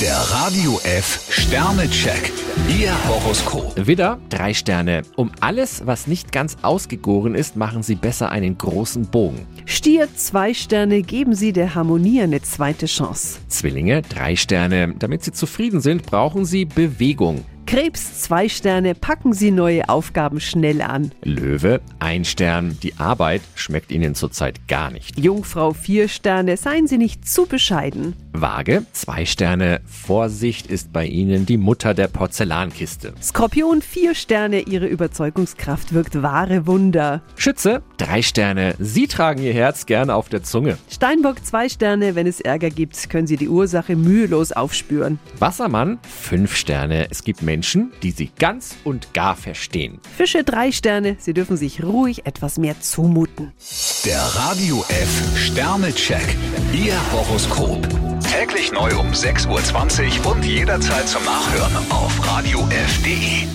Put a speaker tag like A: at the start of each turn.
A: Der Radio F Sternecheck. Ihr Horoskop.
B: Widder, drei Sterne. Um alles, was nicht ganz ausgegoren ist, machen Sie besser einen großen Bogen.
C: Stier, zwei Sterne, geben Sie der Harmonie eine zweite Chance.
B: Zwillinge, drei Sterne. Damit Sie zufrieden sind, brauchen Sie Bewegung.
C: Krebs, zwei Sterne, packen Sie neue Aufgaben schnell an.
B: Löwe, ein Stern. Die Arbeit schmeckt Ihnen zurzeit gar nicht.
C: Jungfrau, vier Sterne, seien Sie nicht zu bescheiden.
B: Waage, zwei Sterne. Vorsicht ist bei Ihnen die Mutter der Porzellankiste.
C: Skorpion, vier Sterne, Ihre Überzeugungskraft wirkt wahre Wunder.
B: Schütze, drei Sterne. Sie tragen Ihr Herz gerne auf der Zunge.
C: Steinbock, zwei Sterne, wenn es Ärger gibt, können Sie die Ursache mühelos aufspüren.
B: Wassermann, fünf Sterne. Es gibt Menschen, die Sie ganz und gar verstehen.
C: Fische, drei Sterne, Sie dürfen sich ruhig etwas mehr zumuten.
A: Der Radio F Sternecheck. Ihr Horoskop. Täglich neu um 6.20 Uhr und jederzeit zum Nachhören auf Radio radiof.de.